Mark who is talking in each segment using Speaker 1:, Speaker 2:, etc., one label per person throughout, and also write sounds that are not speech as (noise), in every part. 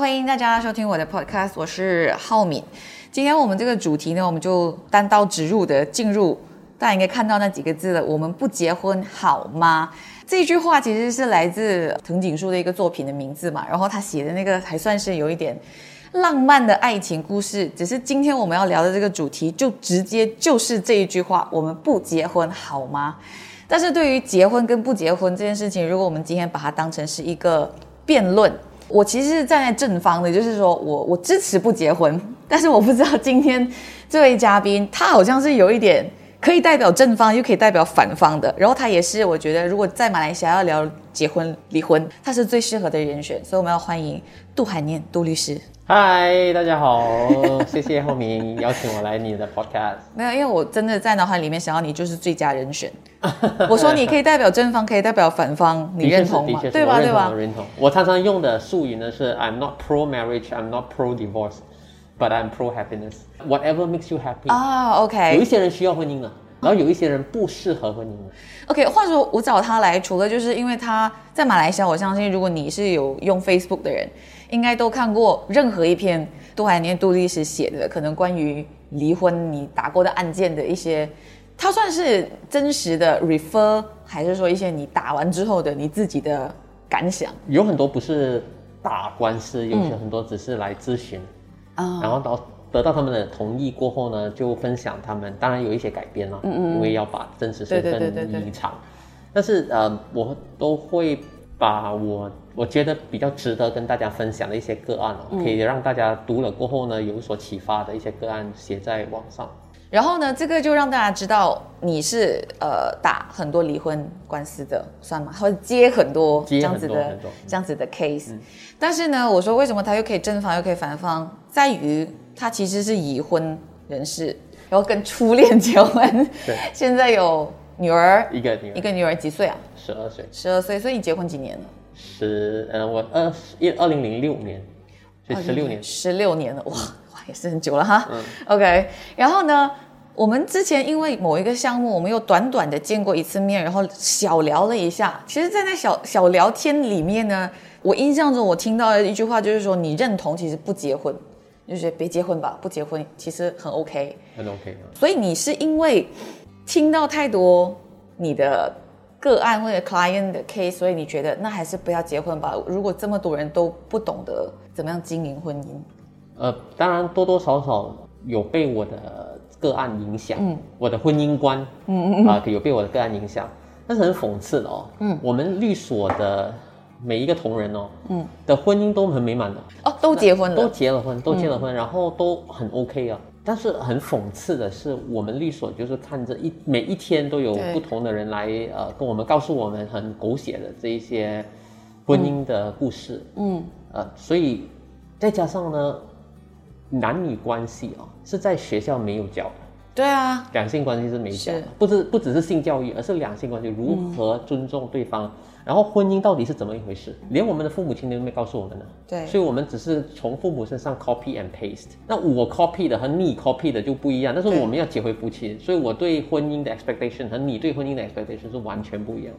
Speaker 1: 欢迎大家收听我的 podcast，我是浩敏。今天我们这个主题呢，我们就单刀直入的进入，大家应该看到那几个字了，我们不结婚好吗？这句话其实是来自藤井树的一个作品的名字嘛，然后他写的那个还算是有一点浪漫的爱情故事，只是今天我们要聊的这个主题就直接就是这一句话，我们不结婚好吗？但是对于结婚跟不结婚这件事情，如果我们今天把它当成是一个辩论，我其实是站在正方的，就是说我我支持不结婚， (laughs) 但是我不知道今天这位嘉宾他好像是有一点可以代表正方，又可以代表反方的，然后他也是我觉得如果在马来西亚要聊结婚离婚，他是最适合的人选，所以我们要欢迎杜海念杜律师。
Speaker 2: 嗨，大家好， (laughs) 谢谢后明邀请我来你的 podcast。
Speaker 1: 没有，因为我真的在脑海里面想到你就是最佳人选。我说你可以代表正方，可以代表反方，你
Speaker 2: 的确
Speaker 1: 认
Speaker 2: 是
Speaker 1: 同
Speaker 2: 的
Speaker 1: 吗？
Speaker 2: 确是
Speaker 1: 对
Speaker 2: 我
Speaker 1: 吧？
Speaker 2: 认
Speaker 1: 对
Speaker 2: 同
Speaker 1: 吧
Speaker 2: 我？认同。我常常用的术语呢是 I'm not pro marriage, I'm not pro divorce, but I'm pro happiness. Whatever makes you happy、
Speaker 1: 啊
Speaker 2: 有一
Speaker 1: ，OK，OK。
Speaker 2: 些人需要婚姻的，然后有一些人不适合婚姻啊的。
Speaker 1: 话说我找他来，除了就是因为他在马来西亚，我相信如果你是有用 Facebook 的人，应该都看过任何一篇杜海年杜律师写的，可能关于离婚你打过的案件的一些，他算是真实的 refer，还是说一些你打完之后的你自己的感想
Speaker 2: 有很多不是打官司，有
Speaker 1: 嗯
Speaker 2: 些很多只是来咨询，
Speaker 1: 啊？
Speaker 2: 然后到得到他们的同意过后呢，就分享他们，当然有一些改编了，因为要把真实身
Speaker 1: 嗯对对对对
Speaker 2: 份
Speaker 1: 对
Speaker 2: 移场。但是呃，我都会把我我觉得比较值得跟大家分享的一些个案哦，可以让大家读了过后呢有所启发的一些个案写在网上。
Speaker 1: 然后呢，这个就让大家知道你是呃打很多离婚官司的，算吗？或者接很多这
Speaker 2: 接
Speaker 1: 样
Speaker 2: 很
Speaker 1: 子
Speaker 2: 多
Speaker 1: 的
Speaker 2: 很多嗯
Speaker 1: 这样子的 case。但是呢，我说为什么他又可以正方又可以反方，在于他其实是已婚人士，然后跟初恋结婚
Speaker 2: (laughs) 对，
Speaker 1: 现在有女儿，
Speaker 2: 一个女
Speaker 1: 一
Speaker 2: 儿
Speaker 1: 个女儿几岁啊？
Speaker 2: 十二岁，
Speaker 1: 十二岁，所以你结婚几年了？
Speaker 2: 十呃我二十一二零零六年，所以十六年。嗯
Speaker 1: 十六年了，哇哇，也是很久了哈。OK，然后呢，我们之前因为某一个项目，我们又短短的见过一次面，然后小聊了一下。其实，在那小小聊天里面呢，我印象中我听到的一句话就是说，你认同其实不结婚，就觉得别结婚吧，不结婚其实很 OK。
Speaker 2: 很 OK 啊，
Speaker 1: 所以你是因为听到太多你的个案或者 client 的 case，所以你觉得那还是不要结婚吧？如果这么多人都不懂得怎么样经营婚姻，
Speaker 2: 呃，当然多多少少有被我的个案影响，我的婚姻观，嗯嗯嗯啊、有被我的个案影响，但是很讽刺的哦，嗯，我们律所的每一个同仁哦，嗯，的婚姻都很美满的，
Speaker 1: 哦，都结婚
Speaker 2: 都
Speaker 1: 了，
Speaker 2: 结了婚，都结了婚，然后都很 OK 啊。但是很讽刺的是，我们律所就是看着一每一天都有
Speaker 1: 对
Speaker 2: 不同的人来呃跟我们告诉我们很狗血的这一些婚姻的故事，
Speaker 1: 嗯，
Speaker 2: 呃，所以再加上呢，男女关系啊、是在学校没有教的，
Speaker 1: 对啊，
Speaker 2: 两性关系是没教的
Speaker 1: 是，嗯
Speaker 2: 不是不只是性教育，而是两性关系如何尊重对方，然后婚姻到底是怎么一回事，连我们的父母亲都没告诉我们呢。
Speaker 1: 对
Speaker 2: 所以我们只是从父母身上 copy and paste。那我 copy 的和你 copy 的就不一样，但是
Speaker 1: 对
Speaker 2: 我们要结为夫妻，所以我对婚姻的 expectation 和你对婚姻的 expectation 是完全不一样的。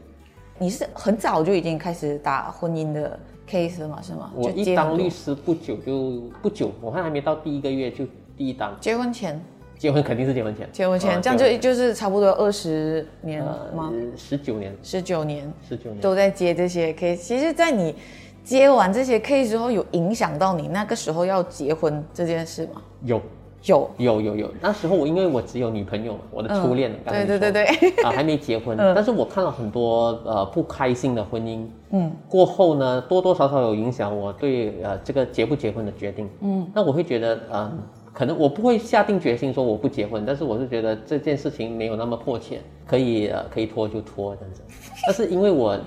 Speaker 1: 你是很早就已经开始打婚姻的 case 了嘛，是吗？
Speaker 2: 我
Speaker 1: 哦就
Speaker 2: 一
Speaker 1: 接很
Speaker 2: 当
Speaker 1: 多
Speaker 2: 律师不久就不久，我看还没到第一个月就第一当，
Speaker 1: 结婚前，
Speaker 2: 结婚肯定是结婚前，
Speaker 1: 结婚前，
Speaker 2: 啊
Speaker 1: 这样就就是差不多二十年吗？
Speaker 2: 呃十九年，
Speaker 1: 十九年
Speaker 2: 十九年。
Speaker 1: 都在接这些 case。其实，在你接完这些 case 之后，有影响到你那个时候要结婚这件事吗？
Speaker 2: 有
Speaker 1: 有，
Speaker 2: 有有有，那时候我因为我只有女朋友嘛，我的初恋，刚才
Speaker 1: 嗯对
Speaker 2: 你
Speaker 1: 对对
Speaker 2: 说
Speaker 1: 对， (laughs)
Speaker 2: 啊，还没结婚，但是我看了很多呃不开心的婚姻，嗯，过后呢，多多少少有影响我对呃这个结不结婚的决定，嗯，那我会觉得呃，可能我不会下定决心说我不结婚，但是我是觉得这件事情没有那么迫切，可以呃可以拖就拖这样子，但是因为我、呃、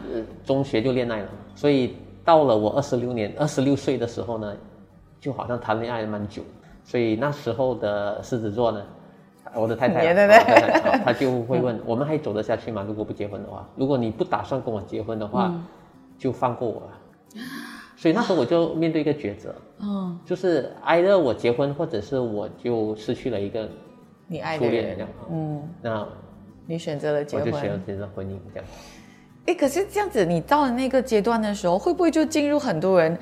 Speaker 2: 中学就恋爱了，所以到了我二十六年二十六岁的时候呢，就好像谈恋爱蛮久，所以那时候的狮子座呢，我的太太啊，
Speaker 1: 你的
Speaker 2: 我
Speaker 1: 太
Speaker 2: 的
Speaker 1: 太
Speaker 2: 太太啊，她就会问：我们还走得下去吗？如果不结婚的话，如果你不打算跟我结婚的
Speaker 1: 嗯
Speaker 2: 话，就放过我吧。所以那时候我就面对一个抉择，
Speaker 1: 嗯，
Speaker 2: 就是 either 我结婚，或者是我就失去了一个
Speaker 1: 你爱
Speaker 2: 初
Speaker 1: 的
Speaker 2: 恋这
Speaker 1: 人
Speaker 2: 样，。哦
Speaker 1: 嗯，
Speaker 2: 那
Speaker 1: 你选择了结
Speaker 2: 我就
Speaker 1: 婚。
Speaker 2: 选择婚姻这样。
Speaker 1: 哎，可是这样子，你到了那个阶段的时候，会不会就进入很多人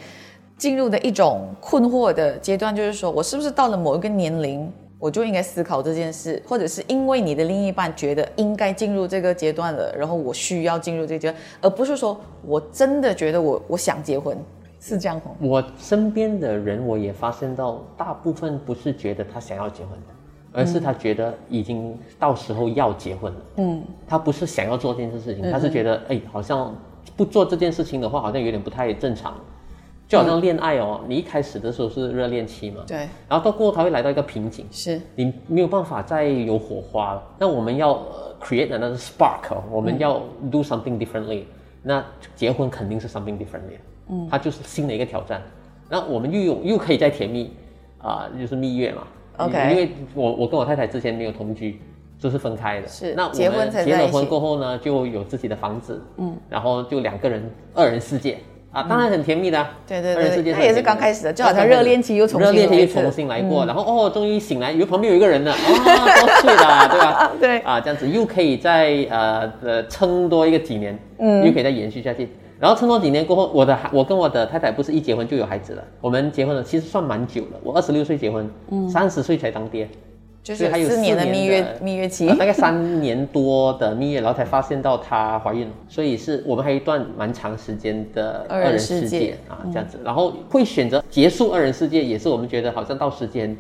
Speaker 1: 进入的一种困惑的阶段，就是说我是不是到了某一个年龄，我就应该思考这件事，或者是因为你的另一半觉得应该进入这个阶段了，然后我需要进入这个阶段，而不是说我真的觉得我我想结婚，是这样哦。
Speaker 2: 我身边的人，我也发现到，大部分不是觉得他想要结婚的，而是他觉得已经到时候要结婚了。
Speaker 1: 嗯，
Speaker 2: 他不是想要做这件事情，
Speaker 1: 嗯
Speaker 2: 他是觉得，哎，好像不做这件事情的话，好像有点不太正常。就
Speaker 1: 嗯
Speaker 2: 好像恋爱哦，你一开始的时候是热恋期嘛，
Speaker 1: 对，
Speaker 2: 然后到过后他会来到一个瓶颈，
Speaker 1: 是
Speaker 2: 你没有办法再有火花了。那我们要呃 create another spark，哦我们要
Speaker 1: 嗯
Speaker 2: do something differently、那结婚肯定是 something differently，嗯，它就是新的一个挑战。那我们又有又可以再甜蜜啊、就是蜜月嘛。
Speaker 1: OK
Speaker 2: 因为我我跟我太太之前没有同居，就是分开的。
Speaker 1: 是
Speaker 2: 那我
Speaker 1: 结婚
Speaker 2: 们
Speaker 1: 才
Speaker 2: 结
Speaker 1: 在
Speaker 2: 了
Speaker 1: 一
Speaker 2: 婚
Speaker 1: 起
Speaker 2: 过后呢，就有自己的房子，嗯，然后就两个人二人世界啊，当然很甜蜜的啊、
Speaker 1: 对对对
Speaker 2: 二人世界
Speaker 1: 那
Speaker 2: 很
Speaker 1: 也是
Speaker 2: 甜蜜
Speaker 1: 刚开始的就好像热恋期又重新
Speaker 2: 热恋期
Speaker 1: 来嗯一
Speaker 2: 又
Speaker 1: 次
Speaker 2: 重新来过，然后哦，终于醒来，以为旁边有一个人
Speaker 1: (laughs)
Speaker 2: 了，哦，多睡了，对吧？
Speaker 1: 对
Speaker 2: 啊，这样子又可以再呃呃撑多一个几年，嗯，又可以再延续下去。然后撑多几年过后，我的我跟我的太太不是一结婚就有孩子了，我们结婚了其实算蛮久了，我二十六岁结婚，
Speaker 1: 嗯
Speaker 2: 三十岁才当爹，
Speaker 1: 就
Speaker 2: 所以
Speaker 1: 是
Speaker 2: 还有
Speaker 1: 四年的
Speaker 2: 四年
Speaker 1: 蜜月
Speaker 2: 的
Speaker 1: 蜜月
Speaker 2: (laughs)
Speaker 1: 期
Speaker 2: 啊，大概三年多的蜜月，然后才发现到她怀孕了，所以是我们还有一段蛮长时间的
Speaker 1: 二
Speaker 2: 二
Speaker 1: 人
Speaker 2: 人世
Speaker 1: 世
Speaker 2: 界
Speaker 1: 界嗯
Speaker 2: 啊，这样子，然后会选择结束二人世界，也是我们觉得好像到时间。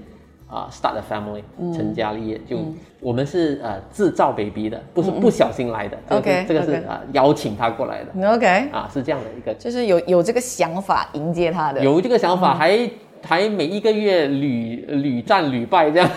Speaker 2: 啊、s t a r t a family，、成
Speaker 1: 嗯
Speaker 2: 家立业，就、我们是呃制造 baby 的，不是不小心来的。这
Speaker 1: 嗯
Speaker 2: 个是
Speaker 1: OK，
Speaker 2: 这个是
Speaker 1: OK
Speaker 2: 啊、邀请他过来的，
Speaker 1: 嗯，OK，
Speaker 2: 啊是这样的一个，
Speaker 1: 就是有有这个想法迎接他的，
Speaker 2: 有这个想
Speaker 1: 嗯
Speaker 2: 法，还还每一个月屡屡战屡败这样。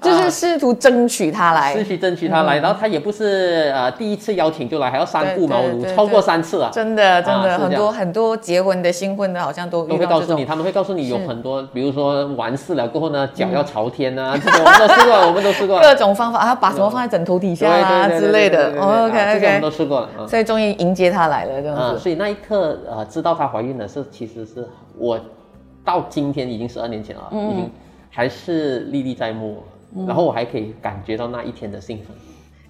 Speaker 1: 就是试图争取他来
Speaker 2: 是，去争取他来，然后他也不是呃第一次邀请就来，还要三顾茅
Speaker 1: 对对
Speaker 2: 庐，
Speaker 1: 对
Speaker 2: 超过三次啊。
Speaker 1: 真的真
Speaker 2: 啊
Speaker 1: 的
Speaker 2: 是
Speaker 1: 很
Speaker 2: 这样
Speaker 1: 多很多结婚的新婚的，好像都
Speaker 2: 都
Speaker 1: 遇
Speaker 2: 会
Speaker 1: 到
Speaker 2: 告
Speaker 1: 这
Speaker 2: 诉
Speaker 1: 种
Speaker 2: 你，他们会告诉你有
Speaker 1: 是
Speaker 2: 很多，比如说完事了过后呢，脚要朝天啊，这种我们都试过了，我们都试过了，
Speaker 1: 各种方法，啊，把什么放在枕头底
Speaker 2: 对
Speaker 1: 下啊
Speaker 2: 对对对
Speaker 1: 之类
Speaker 2: 对对
Speaker 1: 的
Speaker 2: 对对
Speaker 1: 哦
Speaker 2: 啊
Speaker 1: ，OK
Speaker 2: 这些我们
Speaker 1: OK，
Speaker 2: 都试过了啊。
Speaker 1: 所以终于迎接他来了，这
Speaker 2: 啊，
Speaker 1: 样子。
Speaker 2: 所以那一刻呃，知道她怀孕了是其实是我到今天已经十二年前了，已经还是历历在目，然后我还可以感觉到那一天的兴奋。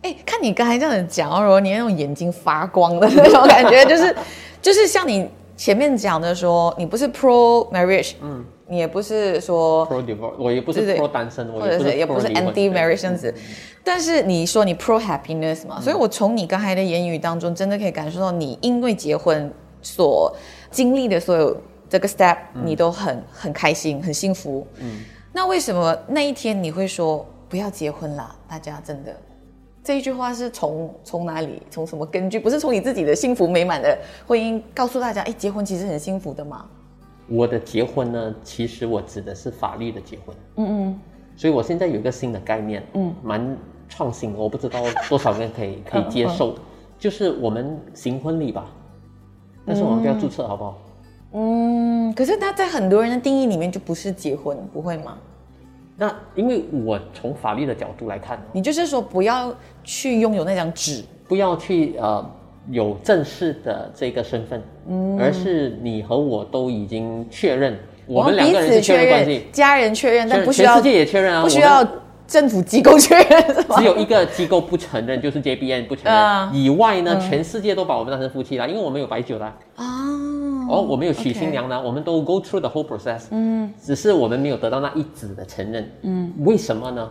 Speaker 1: 哎，看你刚才这样子讲哦，然后你那种眼睛发光的那种感
Speaker 2: (laughs)
Speaker 1: 觉，就是就是像你前面讲的说，你不是 pro marriage，嗯，你也不是说。
Speaker 2: pro divorce，我也不
Speaker 1: 对
Speaker 2: 是
Speaker 1: 对
Speaker 2: pro 单身，我
Speaker 1: 或者是也不
Speaker 2: pro
Speaker 1: 是
Speaker 2: 离婚
Speaker 1: anti
Speaker 2: 对
Speaker 1: marriage 这样子，但是你说你 pro happiness 嘛，所以我从你刚才的言语当中，真的可以感受到你因为结婚所经历的所有这个 step，你都很很开心，很幸福。嗯，那为什么那一天你会说不要结婚啦？大家真的这一句话是从从哪里，从什么根据？不是从你自己的幸福美满的婚姻告诉大家，哎，结婚其实很幸福的嘛。
Speaker 2: 我的结婚呢，其实我指的是法律的结婚。嗯嗯。所以我现在有一个新的概念，嗯，蛮创新的，我不知道多少人可以可以接
Speaker 1: 嗯
Speaker 2: 受，就是我们行婚礼吧，但是我们不要注册，好不好？
Speaker 1: 嗯，可是它在很多人的定义里面就不是结婚，不会吗？
Speaker 2: 那因为我从法律的角度来看，
Speaker 1: 你就是说不要去拥有那张纸，
Speaker 2: 不要去呃有正式的这个身份，嗯，而是你和我都已经确认，我们
Speaker 1: 们
Speaker 2: 两
Speaker 1: 彼
Speaker 2: 个人是
Speaker 1: 此
Speaker 2: 确
Speaker 1: 确
Speaker 2: 认关系，
Speaker 1: 认，家人确认，但
Speaker 2: 全
Speaker 1: 不需要
Speaker 2: 全世界也确认啊，
Speaker 1: 不需
Speaker 2: 我们
Speaker 1: 要政府机构确认，是吗
Speaker 2: 只？有一个机构不承认，就是 JBN 不承认。
Speaker 1: 啊
Speaker 2: 以外呢，全世界都把我们当成夫妻了，因为我们有白酒啦，
Speaker 1: 啊，
Speaker 2: 哦，我们有娶新娘啦，我们都 go through the whole process。嗯，只是我们没有得到那一纸的承认。嗯，为什么呢？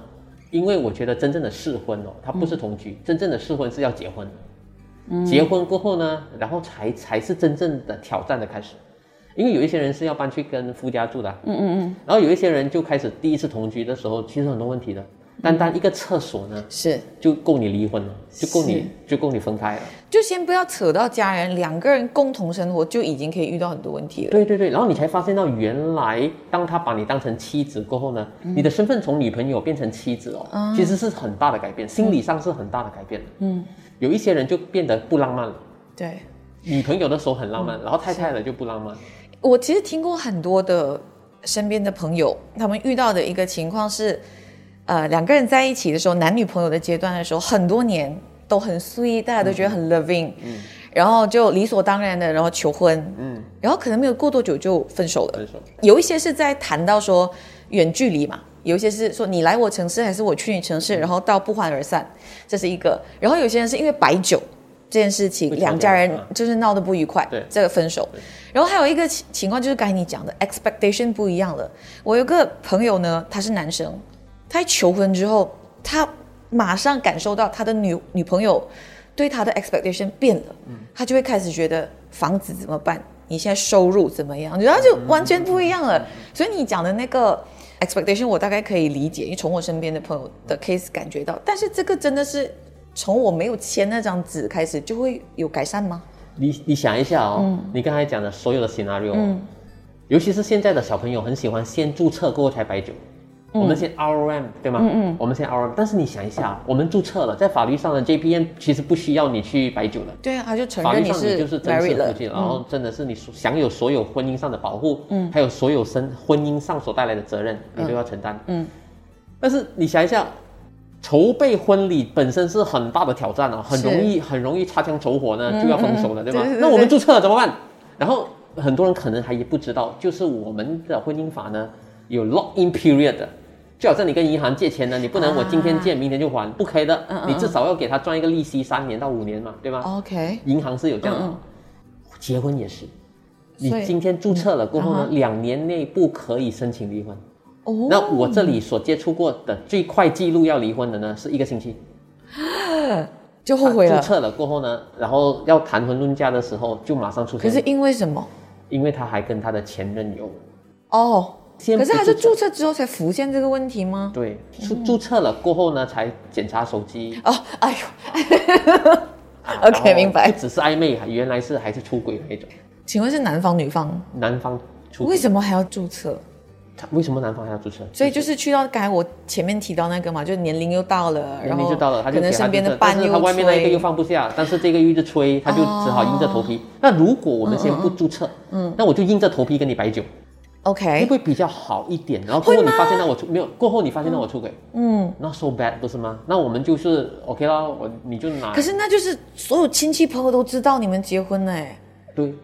Speaker 2: 因为我觉得真正的试婚哦，它不是同居，真正的试婚是要结婚。结婚过后呢，然后才才是真正的挑战的开始。因为有一些人是要搬去跟夫家住的啊、嗯嗯嗯，然后有一些人就开始第一次同居的时候，其实很多问题的，单单一个厕所呢，
Speaker 1: 是，
Speaker 2: 就够你离婚了，就够你就够你分开了。
Speaker 1: 就先不要扯到家人，两个人共同生活就已经可以遇到很多问题了。
Speaker 2: 对对对，然后你才发现到原来当他把你当成妻子过后呢，你的身份从女朋友变成妻子哦，其实是很大的改变，心理上是很大的改变的。嗯，有一些人就变得不浪漫了，
Speaker 1: 对，
Speaker 2: 女朋友的时候很浪漫，然后太太了就不浪漫。
Speaker 1: 我其实听过很多的身边的朋友，他们遇到的一个情况是，呃，两个人在一起的时候，男女朋友的阶段的时候，很多年都很 sweet，大家都觉得很 loving，、然后就理所当然的，然后求婚，
Speaker 2: 嗯，
Speaker 1: 然后可能没有过多久就分手了。
Speaker 2: 分手。
Speaker 1: 有一些是在谈到说远距离嘛，有一些是说你来我城市还是我去你城市，然后到不欢而散，这是一个。然后有些人是因为白酒，这件事情，
Speaker 2: 会吵架
Speaker 1: 两家人
Speaker 2: 嗯
Speaker 1: 就是闹得不愉快，
Speaker 2: 对
Speaker 1: 这个分手。然后还有一个情情况就是刚才你讲的 expectation 不一样了。我有个朋友呢，他是男生，他一求婚之后，他马上感受到他的女女朋友对他的 expectation 变了，他就会开始觉得房子怎么办？你现在收入怎么样？然后就完全不一样了。所以你讲的那个 expectation 我大概可以理解，因为从我身边的朋友的 case 感觉到，但是这个真的是从我没有签那张纸开始就会有改善吗？
Speaker 2: 你你想一下哦，你刚才讲的所有的 scenario，、
Speaker 1: 嗯
Speaker 2: 尤其是现在的小朋友很喜欢先注册过后才摆酒。我们先 ROM 对吗？嗯嗯嗯，我们先 ROM，但是你想一下，我们注册了，在法律上的 JPN 其实不需要你去摆酒的，
Speaker 1: 对啊，他就承
Speaker 2: 法
Speaker 1: 认
Speaker 2: 律
Speaker 1: 你
Speaker 2: 上你
Speaker 1: 是
Speaker 2: 就是真
Speaker 1: married
Speaker 2: 实
Speaker 1: 了嗯
Speaker 2: 夫，妻，然后真的是你所享有所有婚姻上的保护，嗯，还有所有生婚姻上所带来的责任，你都要承担，
Speaker 1: 嗯嗯
Speaker 2: 但是你想一下，筹备婚礼本身是很大的挑战啊，很
Speaker 1: 是嗯
Speaker 2: 容易很容易擦枪走火呢，就要分手了，对吧
Speaker 1: 对对？对
Speaker 2: 那我们注册了怎么办？然后很多人可能还不知道，就是我们的婚姻法呢有 lock in period 的。就好像你跟银行借钱呢，你不能我今天借，明天就还，不可以的
Speaker 1: 啊嗯。嗯
Speaker 2: 你至少要给他赚一个利息，三年到五年嘛，对吧？
Speaker 1: OK，
Speaker 2: 银行是有这样的，
Speaker 1: 嗯
Speaker 2: 结婚也是。你
Speaker 1: 所以
Speaker 2: 今天注册了过后呢
Speaker 1: 嗯，
Speaker 2: 两年内不可以申请离婚。
Speaker 1: 哦，
Speaker 2: 那我这里所接触过的最快记录要离婚的呢，是一个星期。
Speaker 1: 就后悔了
Speaker 2: 注。册了过后呢，然后要谈婚论嫁的时候就马上出
Speaker 1: 可
Speaker 2: 现。
Speaker 1: 是因为什么？
Speaker 2: 因为他还跟他的前任有
Speaker 1: 哦，
Speaker 2: 先
Speaker 1: 可是他
Speaker 2: 不
Speaker 1: 是
Speaker 2: 注
Speaker 1: 注册之后才浮现这个问题吗？
Speaker 2: 对
Speaker 1: 嗯
Speaker 2: 注注册了过后呢，才检查手机。
Speaker 1: 哦，哎呦，
Speaker 2: 啊
Speaker 1: (laughs) OK，
Speaker 2: 然后
Speaker 1: 明白
Speaker 2: 不只是暧昧，还原来是还是出轨那一种。
Speaker 1: 请问是男方女方？
Speaker 2: 男方出
Speaker 1: 为
Speaker 2: 轨，
Speaker 1: 什么还要注册？
Speaker 2: 他为什么男方还要注册？
Speaker 1: 所以就是去到刚才我前面提到那个嘛，就年龄又到了，然
Speaker 2: 明
Speaker 1: 后
Speaker 2: 明就到了，他
Speaker 1: 可
Speaker 2: 就
Speaker 1: 能
Speaker 2: 给他
Speaker 1: 身边
Speaker 2: 注
Speaker 1: 的
Speaker 2: 册
Speaker 1: 伴
Speaker 2: 但是
Speaker 1: 又
Speaker 2: 他外面那一个又
Speaker 1: 催，
Speaker 2: 放不下，但是这个又一直催，他就只好硬着头
Speaker 1: 哦
Speaker 2: 皮。那如果我们先不注册，嗯，那我就硬着头皮跟你摆酒，会
Speaker 1: OK，
Speaker 2: 不会比较好一点？然后过后你发现到我出没有，过后你发现到我出轨，
Speaker 1: 嗯，
Speaker 2: 那 so bad 不是吗？那我们就是 OK 啦，我你就拿
Speaker 1: 可是那就是所有亲戚朋友都知道你们结婚了，哎，
Speaker 2: 对，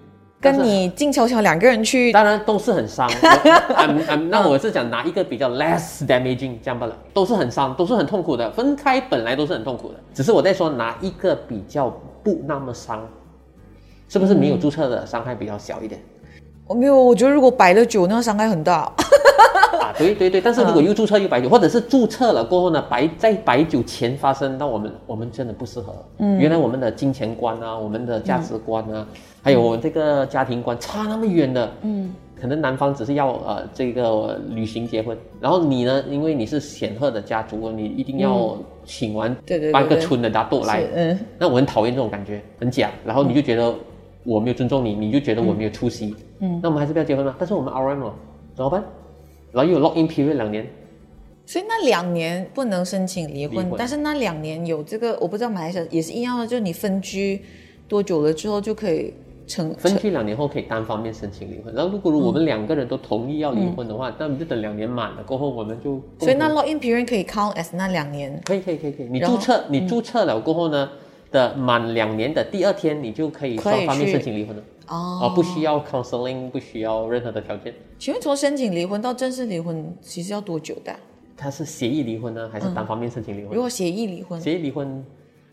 Speaker 2: 但是
Speaker 1: 跟你静悄悄两个人去，
Speaker 2: 当然都是很伤。我 I'm- I'm- 那我是讲拿一个比较 less damaging 这样罢了，都是很伤，都是很痛苦的。分开本来都是很痛苦的，只是我在说拿一个比较不那么伤，是不是没有注册的伤害比较小一点、
Speaker 1: 我没有，我觉得如果摆了酒，那个伤害很大。
Speaker 2: 啊？对对对，但是如果
Speaker 1: 嗯
Speaker 2: 又注册又白酒，或者是注册了过后呢，白在白酒前发生，那我们我们真的不适合。嗯，原来我们的金钱观啊，我们的价值观啊，还有我们这个家庭观差那么远的，
Speaker 1: 嗯，
Speaker 2: 可能男方只是要呃这个呃旅行结婚，然后你呢，因为你是显赫的家族，你一定要请完
Speaker 1: 嗯对对对
Speaker 2: 半个村的大豆来，
Speaker 1: 是 (laughs) 嗯。
Speaker 2: 那我很讨厌这种感觉，很假，然后你就觉得我没有尊重你，你就觉得我没有出息，嗯，那我们还是不要结婚了，但是我们 R M 了，怎么办？然后又有 lock in period 两年，
Speaker 1: 所以那两年不能申请离婚，
Speaker 2: 离婚
Speaker 1: 但是那两年有这个，我不知道马来西亚也是一样的，就是你分居多久了之后就可以成
Speaker 2: 分居两年后可以单方面申请离婚。然后如果我
Speaker 1: 嗯
Speaker 2: 们两个人都同意要离婚的话，那我们就等两年满了过后，我们就共同
Speaker 1: 所以那 lock in period 可以 count as 那两年。
Speaker 2: 可以可以可以可以，你
Speaker 1: 然后嗯
Speaker 2: 注册你注册了过后呢，的满两年的第二天，你就可以
Speaker 1: 可以
Speaker 2: 双方面
Speaker 1: 去
Speaker 2: 申请离婚了。啊、
Speaker 1: 哦，
Speaker 2: 不需要 counseling，不需要任何的条件。
Speaker 1: 请问从申请离婚到正式离婚，其实要多久的啊、
Speaker 2: 他是协议离婚呢，还是
Speaker 1: 嗯
Speaker 2: 单方面申请离婚？
Speaker 1: 如果协议离婚，
Speaker 2: 协议离婚，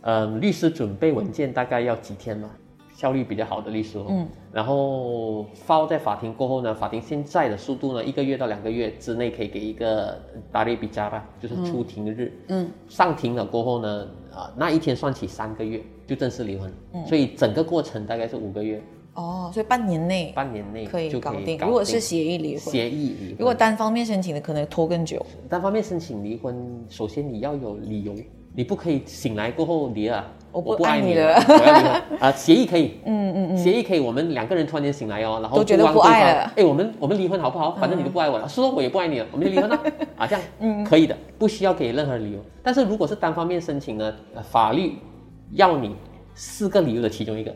Speaker 2: 呃，律师准备文件大概要几天吧，效率比较好的律师哦。嗯。然后 file 在法庭过后呢，法庭现在的速度呢，一个月到两个月之内可以给一个达利比加吧，就是出庭日。
Speaker 1: 嗯，
Speaker 2: 上庭了过后呢，啊、那一天算起三个月就正式离婚，
Speaker 1: 嗯
Speaker 2: 所以整个过程大概是五个月，
Speaker 1: 哦，所以半年内
Speaker 2: 半年内
Speaker 1: 可以
Speaker 2: 就
Speaker 1: 搞
Speaker 2: 可以
Speaker 1: 定。如果是协议离婚，
Speaker 2: 协议离婚，
Speaker 1: 如果单方面申请的，可能拖更久。
Speaker 2: 单方面申请离婚，首先你要有理由，你不可以醒来过后离了，
Speaker 1: 我不
Speaker 2: 不爱
Speaker 1: 爱你
Speaker 2: 了，
Speaker 1: 了
Speaker 2: 我要离了啊！协议
Speaker 1: (laughs)
Speaker 2: 可以，嗯嗯嗯，协议可以，我们两个人突然间醒来哦，然后
Speaker 1: 都觉得
Speaker 2: 忘
Speaker 1: 不爱
Speaker 2: 对方
Speaker 1: 了嗯
Speaker 2: 哎，我们我们离婚好不好？反正你都不爱我了，啊说我也不爱你了，我们
Speaker 1: (laughs)
Speaker 2: 就离婚了啊，这样，嗯，可以的，不需要给任何理由。但是如果是单方面申请呢，呃法律要你四个理由的其中一个，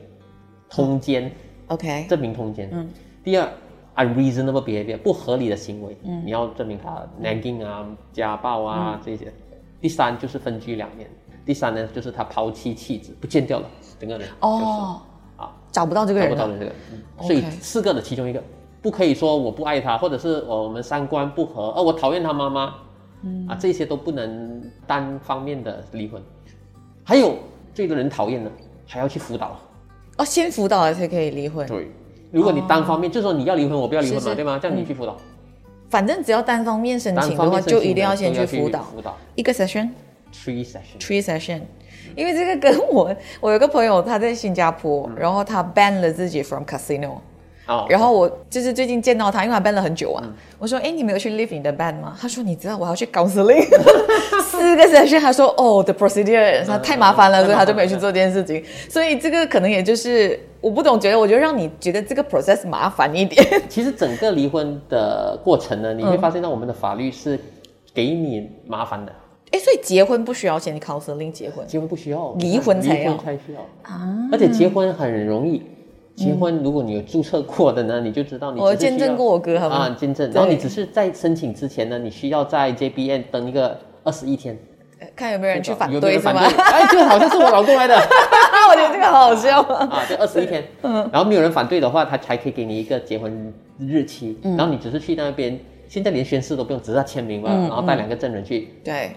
Speaker 2: 通奸。
Speaker 1: OK，
Speaker 2: 证明通奸。嗯。第二，unreasonable behavior 不合理的行为，嗯，你要证明他 nagging 啊、家暴啊、这些。第三就是分居两年。第三呢，就是他抛弃妻子，不见掉了，整个人
Speaker 1: 哦，
Speaker 2: 啊，
Speaker 1: 找不到这个
Speaker 2: 就是找
Speaker 1: 人了。
Speaker 2: 不到的这个人。嗯
Speaker 1: OK
Speaker 2: 所以四个的其中一个，不可以说我不爱他，或者是呃我们三观不合，哦，我讨厌他妈妈，嗯啊，这些都不能单方面的离婚。还有最多人讨厌的还要去辅导。
Speaker 1: 哦，先辅导了才可以离婚。
Speaker 2: 对，如果你单方面、就说你要离婚，我不要离婚嘛，
Speaker 1: 哦是是
Speaker 2: 对吗？这样你去辅导，
Speaker 1: 反正只要单方面申
Speaker 2: 单
Speaker 1: 请
Speaker 2: 方
Speaker 1: 的话，
Speaker 2: 面申
Speaker 1: 就
Speaker 2: 请
Speaker 1: 一定
Speaker 2: 的
Speaker 1: 要
Speaker 2: 都
Speaker 1: 先
Speaker 2: 去
Speaker 1: 去辅导
Speaker 2: 辅导
Speaker 1: 一个 session。
Speaker 2: three session。
Speaker 1: tree session，因为这个跟我 (laughs) 我有个朋友他在新加坡，然后他 ban 了自己 from casino，
Speaker 2: 哦，
Speaker 1: 然后我就是最近见到他，因为他 ban 了很久啊，
Speaker 2: 嗯
Speaker 1: 我说哎你没有去 live 你的 ban 吗？他说你知道我要去 counseling (laughs) 四个 session，他说哦 the procedure 他太麻烦了，
Speaker 2: 嗯
Speaker 1: 所以他就没有去做这件事情，所以这个可能也就是我不懂，觉得我就让你觉得这个 process 麻烦一点，
Speaker 2: 其实整个离婚的过程呢，你
Speaker 1: 嗯
Speaker 2: 会发现到我们的法律是给你麻烦的，
Speaker 1: 哎，所以结婚不需要先 counseling 结婚
Speaker 2: 结婚不需要，
Speaker 1: 离婚才
Speaker 2: 离
Speaker 1: 要
Speaker 2: 婚才需要啊。而且结婚很容易，结婚如果你有注册过的呢，你就知道你
Speaker 1: 我
Speaker 2: 只是需要
Speaker 1: 见证过我哥他们
Speaker 2: 啊，见证。
Speaker 1: 对
Speaker 2: 然后你只是在申请之前呢，你需要在 JBN 登一个二十一天，
Speaker 1: 呃看有没有人去反
Speaker 2: 有没有
Speaker 1: 对
Speaker 2: 人
Speaker 1: 是吗
Speaker 2: 反？对哎，这个好像是我老公来
Speaker 1: (laughs)
Speaker 2: 的
Speaker 1: 我觉得这个好好笑啊。
Speaker 2: 啊，这二十一天。嗯，然后没有人反对的话，他才可以给你一个结婚日期。
Speaker 1: 嗯
Speaker 2: 然后你只是去那边。现在连宣誓都不用，只是要签名
Speaker 1: 嗯
Speaker 2: 嘛，然后带两个证人去
Speaker 1: 对，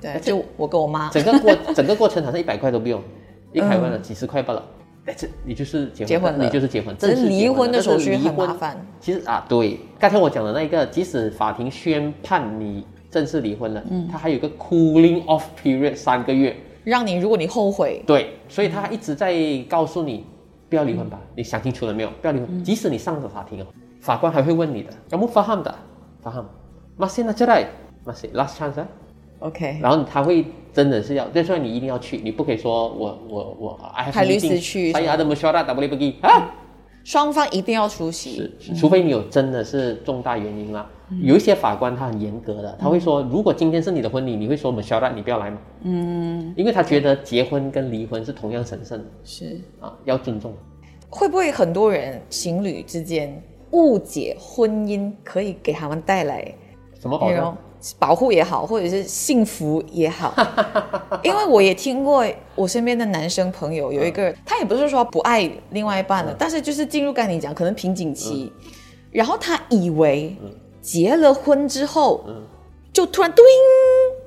Speaker 1: 对，
Speaker 2: 而且
Speaker 1: 就我跟我妈
Speaker 2: 整个过 (laughs) 整个过程好像一百块都不用，一台湾了几十块罢了。哎，这你就是结
Speaker 1: 嗯
Speaker 2: 婚，
Speaker 1: 结婚了
Speaker 2: 你就是结婚，
Speaker 1: 只是
Speaker 2: 正式结
Speaker 1: 离婚的
Speaker 2: 了
Speaker 1: 手续
Speaker 2: 但是离
Speaker 1: 很麻
Speaker 2: 婚
Speaker 1: 烦。
Speaker 2: 其实啊，对，刚才我讲的那一个，即使法庭宣判你正式离婚了，嗯，它还有一个 cooling off period 三个月，
Speaker 1: 让你，如果你后悔，
Speaker 2: 对，所以他一直在告诉你不要离婚吧，你想清楚了没有？不要离婚，即使你上了法庭哦，法官还会问你的，有冇 faham 的？faham masih nak cerai masih last chance 啊？
Speaker 1: ，OK，
Speaker 2: 然后他会真的是要，那时候你一定要去，你不可以说我我我 I have
Speaker 1: 派律师
Speaker 2: meeting，
Speaker 1: 去
Speaker 2: 哎呀，怎么说啦？怎么不给啊？
Speaker 1: 双方一定要出席。
Speaker 2: 是，除非你有真的是重大原因啦。有一些法官他很严格的，他会说，如果今天是你的婚礼，你会说我们 s h 你不要来吗？嗯，因为他觉得结婚跟离婚是同样神圣的
Speaker 1: 是，
Speaker 2: 啊，要尊重。
Speaker 1: 会不会很多人情侣之间误解婚姻可以给他们带来
Speaker 2: 什么保
Speaker 1: 那
Speaker 2: 障
Speaker 1: 种？保护也好，或者是幸福也
Speaker 2: (laughs)
Speaker 1: 好？因为我也听过我身边的男生朋友有一
Speaker 2: 嗯
Speaker 1: 个，他也不是说不爱另外一半了，但是就是进入刚才你讲可能瓶颈期，
Speaker 2: 嗯
Speaker 1: 然后他以为结了婚之后
Speaker 2: 嗯，
Speaker 1: 就突然 doing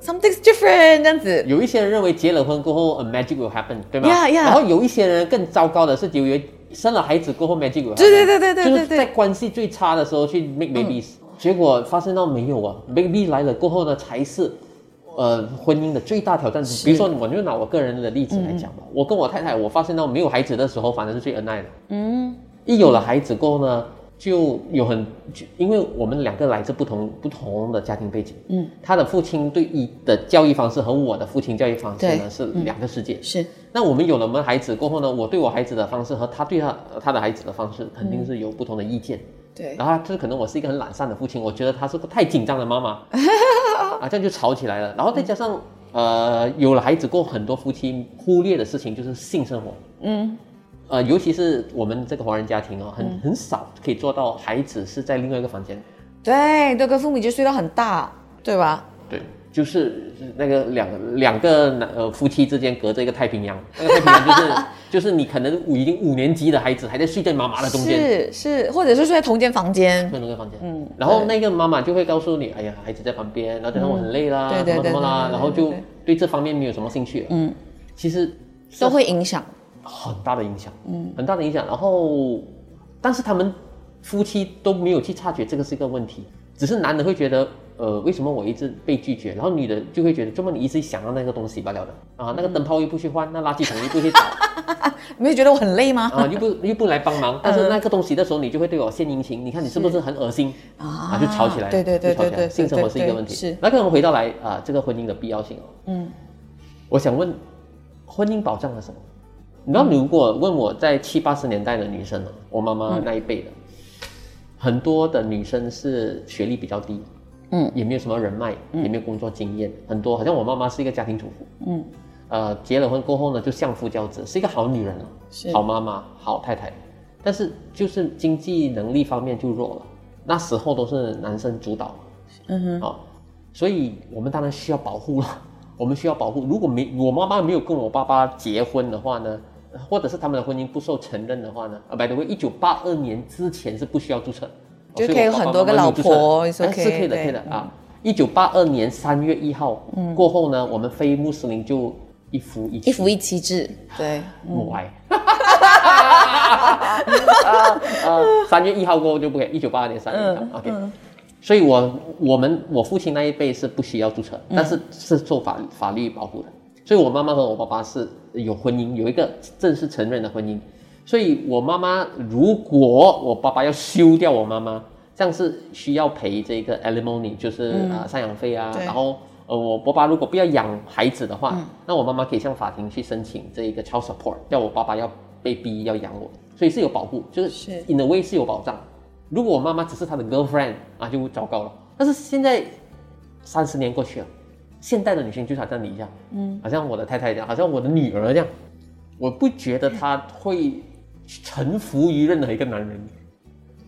Speaker 1: something's different 这样子，
Speaker 2: 有一些人认为结了婚过后，a 呃 magic will happen，对吗
Speaker 1: Yeah, yeah
Speaker 2: 然后有一些人更糟糕的是，以为生了孩子过后 magic will happen。
Speaker 1: 对对对对嗯对
Speaker 2: 就是
Speaker 1: 对对
Speaker 2: 在关系最差的时候去 make babies，、结果发现到没有啊，baby 来了过后呢，才是呃婚姻的最大挑战。比如说，我就拿我个人的例子来讲吧，我跟我太太，我发现到没有孩子的时候，反而是最恩爱的。
Speaker 1: 嗯，
Speaker 2: 一有了孩子过后呢，就有很，就因为我们两个来自不同不同的家庭背景，
Speaker 1: 嗯，
Speaker 2: 他的父亲对一的教育方式和我的父亲教育方式
Speaker 1: 对
Speaker 2: 呢是两个世界。
Speaker 1: 是
Speaker 2: 那我们有了我们孩子过后呢，我对我孩子的方式和他对他他的孩子的方式肯
Speaker 1: 嗯
Speaker 2: 定是有不同的意见。
Speaker 1: 对，
Speaker 2: 然后就是可能我是一个很懒散的父亲，我觉得他是个太紧张的妈妈，啊，这样就吵起来了。然后再加上呃，有了孩子过后，很多夫妻忽略的事情就是性生活，
Speaker 1: 嗯，
Speaker 2: 呃，尤其是我们这个华人家庭哦，很很少可以做到孩子是在另外一个房间，
Speaker 1: 对，都跟父母就睡到很大，对吧？
Speaker 2: 对，就是是那个两两个男呃夫妻之间隔着一个太平洋，那个太平洋就是 (laughs) 就是你可能五已经五年级的孩子还在睡在妈妈的中
Speaker 1: 是
Speaker 2: 间，
Speaker 1: 是，或者是睡在同间房间，
Speaker 2: 在那个房间，
Speaker 1: 嗯
Speaker 2: 然后那个妈妈就会告诉你，哎呀，孩子在旁边，然后等到我很累啦，
Speaker 1: 嗯对对
Speaker 2: 什么什么啦，
Speaker 1: 对对对
Speaker 2: 然后
Speaker 1: 对
Speaker 2: 就
Speaker 1: 对
Speaker 2: 对这方面没有什么兴趣了。
Speaker 1: 嗯，
Speaker 2: 其实是
Speaker 1: 都会影响。
Speaker 2: 很大的影响，嗯，很大的影响。然后，但是他们夫妻都没有去察觉这个是一个问题，只是男的会觉得，呃，为什么我一直被拒绝？然后女的就会觉得，这么你一直想要那个东西罢了的啊，那个灯泡又不去换，那垃圾桶又不去倒，
Speaker 1: 没有觉得我很累吗？
Speaker 2: 啊，又不又不来帮忙，但是那个东西的时候，你就会对我献殷勤，你看你是不是很恶心
Speaker 1: 啊
Speaker 2: 啊？就吵起来了，
Speaker 1: 对对对
Speaker 2: 就吵起来
Speaker 1: 对对
Speaker 2: 了
Speaker 1: 对
Speaker 2: 性生活是一个问
Speaker 1: 对
Speaker 2: 题。
Speaker 1: 对是
Speaker 2: 那可能回到来啊，这个婚姻的必要性哦，
Speaker 1: 嗯，
Speaker 2: 我想问，婚姻保障了什么？你知道，
Speaker 1: 嗯
Speaker 2: 如果问我在七八十年代的女生呢，我妈
Speaker 1: 嗯
Speaker 2: 妈那一辈的，很多的女生是学历比较低，
Speaker 1: 嗯，
Speaker 2: 也没有什么人脉，也没有工作经验，很多好像我妈妈是一个家庭主妇，
Speaker 1: 嗯，
Speaker 2: 呃，结了婚过后呢，就相夫教子，是一个好女人啊
Speaker 1: 是
Speaker 2: 好妈妈，好太太，但是就是经济能力方面就弱了，那时候都是男生主导，
Speaker 1: 嗯哼，
Speaker 2: 啊，所以我们当然需要保护了， (laughs) 我们需要保护。如果没我妈妈没有跟我爸爸结婚的话呢，或者是他们的婚姻不受承认的话呢，啊，by the way，一九八二年之前是不需要注册的，哦
Speaker 1: 就
Speaker 2: 所
Speaker 1: 可以
Speaker 2: 我爸爸
Speaker 1: 很多个
Speaker 2: 妈妈没有
Speaker 1: 老
Speaker 2: 注册的
Speaker 1: 婆
Speaker 2: 哎
Speaker 1: it's okay，
Speaker 2: 是可以的，
Speaker 1: 对嗯
Speaker 2: 可以的啊。一九八二年三月一号、过后呢，我们非穆斯林就。一夫一妻
Speaker 3: 一夫一妻制，
Speaker 1: 对，
Speaker 2: why？啊呃，三月一号过后就不可以，一九八二年三月一号、OK。所以我我们我父亲那一辈是不需要注册，但是是受法法律保护的。所以我妈妈和我爸爸是有婚姻，有一个正式承认的婚姻。所以我妈妈如果我爸爸要休掉我妈妈，这样是需要赔这个 alimony，就是啊、呃赡养费啊，
Speaker 1: 对
Speaker 2: 然后。呃，我爸爸如果不要养孩子的话，那我妈妈可以向法庭去申请这一个 child support，叫我爸爸要被逼要养我，所以是有保护，就是
Speaker 3: 是
Speaker 2: in a way 是有保障。如果我妈妈只是他的 girlfriend 啊，就糟糕了。但是现在三十年过去了，现代的女性就好像你一样，嗯，好像我的太太这样，好像我的女儿这样，我不觉得她会臣服于任何一个男人。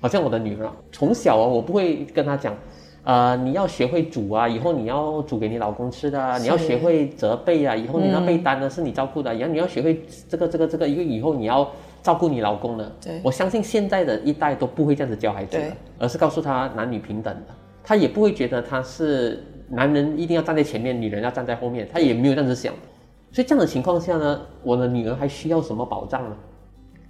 Speaker 2: 好像我的女儿啊，从小啊，我不会跟她讲，呃，你要学会煮啊，以后你要煮给你老公吃的啊，你要学会责备啊，以后你那
Speaker 1: 嗯
Speaker 2: 被单呢、是你照顾的啊，然后你要学会这个这个这个，因为以后你要照顾你老公的。
Speaker 1: 对
Speaker 2: 我相信现在的一代都不会这样子教孩子
Speaker 1: 对
Speaker 2: 的，而是告诉他男女平等的，他也不会觉得他是男人一定要站在前面，女人要站在后面，他也没有这样子想。所以这样的情况下呢，我的女儿还需要什么保障呢？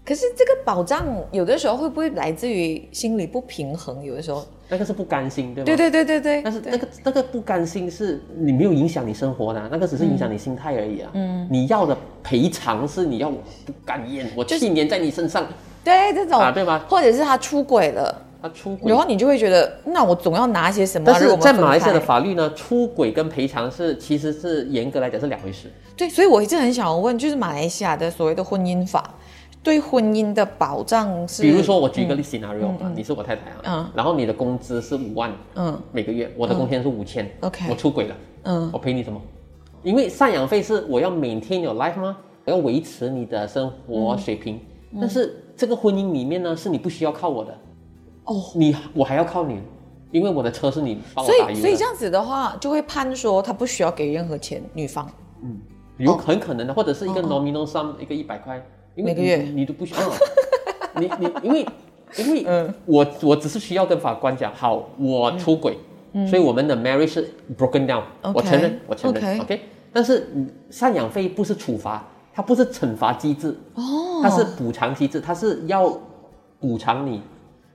Speaker 3: 可是这个保障有的时候会不会来自于心理不平衡？有的时候，
Speaker 2: 那个是不甘心，对吗？
Speaker 3: 对对对对对，
Speaker 2: (laughs) 但是
Speaker 3: 对
Speaker 2: 那个那个不甘心是你没有影响你生活的啊、那个只是影响你心态而已啊。嗯，你要的赔偿是你要我不甘愿，我去年在你身上
Speaker 3: 对这种
Speaker 2: 啊，对吧？
Speaker 3: 或者是他出轨了，
Speaker 2: 他出轨
Speaker 3: 然，后你就会觉得，那我总要拿些什么
Speaker 2: 但
Speaker 3: 让
Speaker 2: 是
Speaker 3: 啊我们
Speaker 2: 在马来西亚
Speaker 3: 分
Speaker 2: 的
Speaker 3: 开
Speaker 2: 法律呢，出轨跟赔偿是其实是严格来讲是两回事。
Speaker 3: 对，所以我一直很想要问，就是马来西亚的所谓的婚姻法对婚姻的保障是，
Speaker 2: 比如说，我举一个 scenario 啊，你是我太太啊，
Speaker 3: 嗯
Speaker 2: 然后你的工资是五万，
Speaker 3: 嗯，
Speaker 2: 每个月，我的工钱是五千、
Speaker 3: OK
Speaker 2: 我出轨了，
Speaker 3: 嗯，
Speaker 2: 我赔你什么？因为赡养费是我要 maintain your life 吗？我要维持你的生活水平，
Speaker 3: 嗯
Speaker 2: 但是这个婚姻里面呢，是你不需要靠我的，
Speaker 3: 哦，
Speaker 2: 你我还要靠你，因为我的车是你帮我
Speaker 3: 所
Speaker 2: 打
Speaker 3: 以
Speaker 2: 油
Speaker 3: 所以这
Speaker 2: 的，
Speaker 3: 样子的话，就会判说他不需要给任何钱，女方
Speaker 2: 有很可能的，或者是一个 nominal sum，、一个一百块，因为
Speaker 3: 哦每个月
Speaker 2: 你你都不需要，哦你你因为因为
Speaker 3: 嗯
Speaker 2: 我我只是需要跟法官讲，好，我出轨，所以我们的 marriage 是 broken down，、
Speaker 3: 嗯 OK
Speaker 2: 我承认，我承认
Speaker 3: OK
Speaker 2: OK 但是嗯赡养费不是处罚，它不是惩罚机制，
Speaker 3: 哦
Speaker 2: 它是补偿机制，它是要补偿你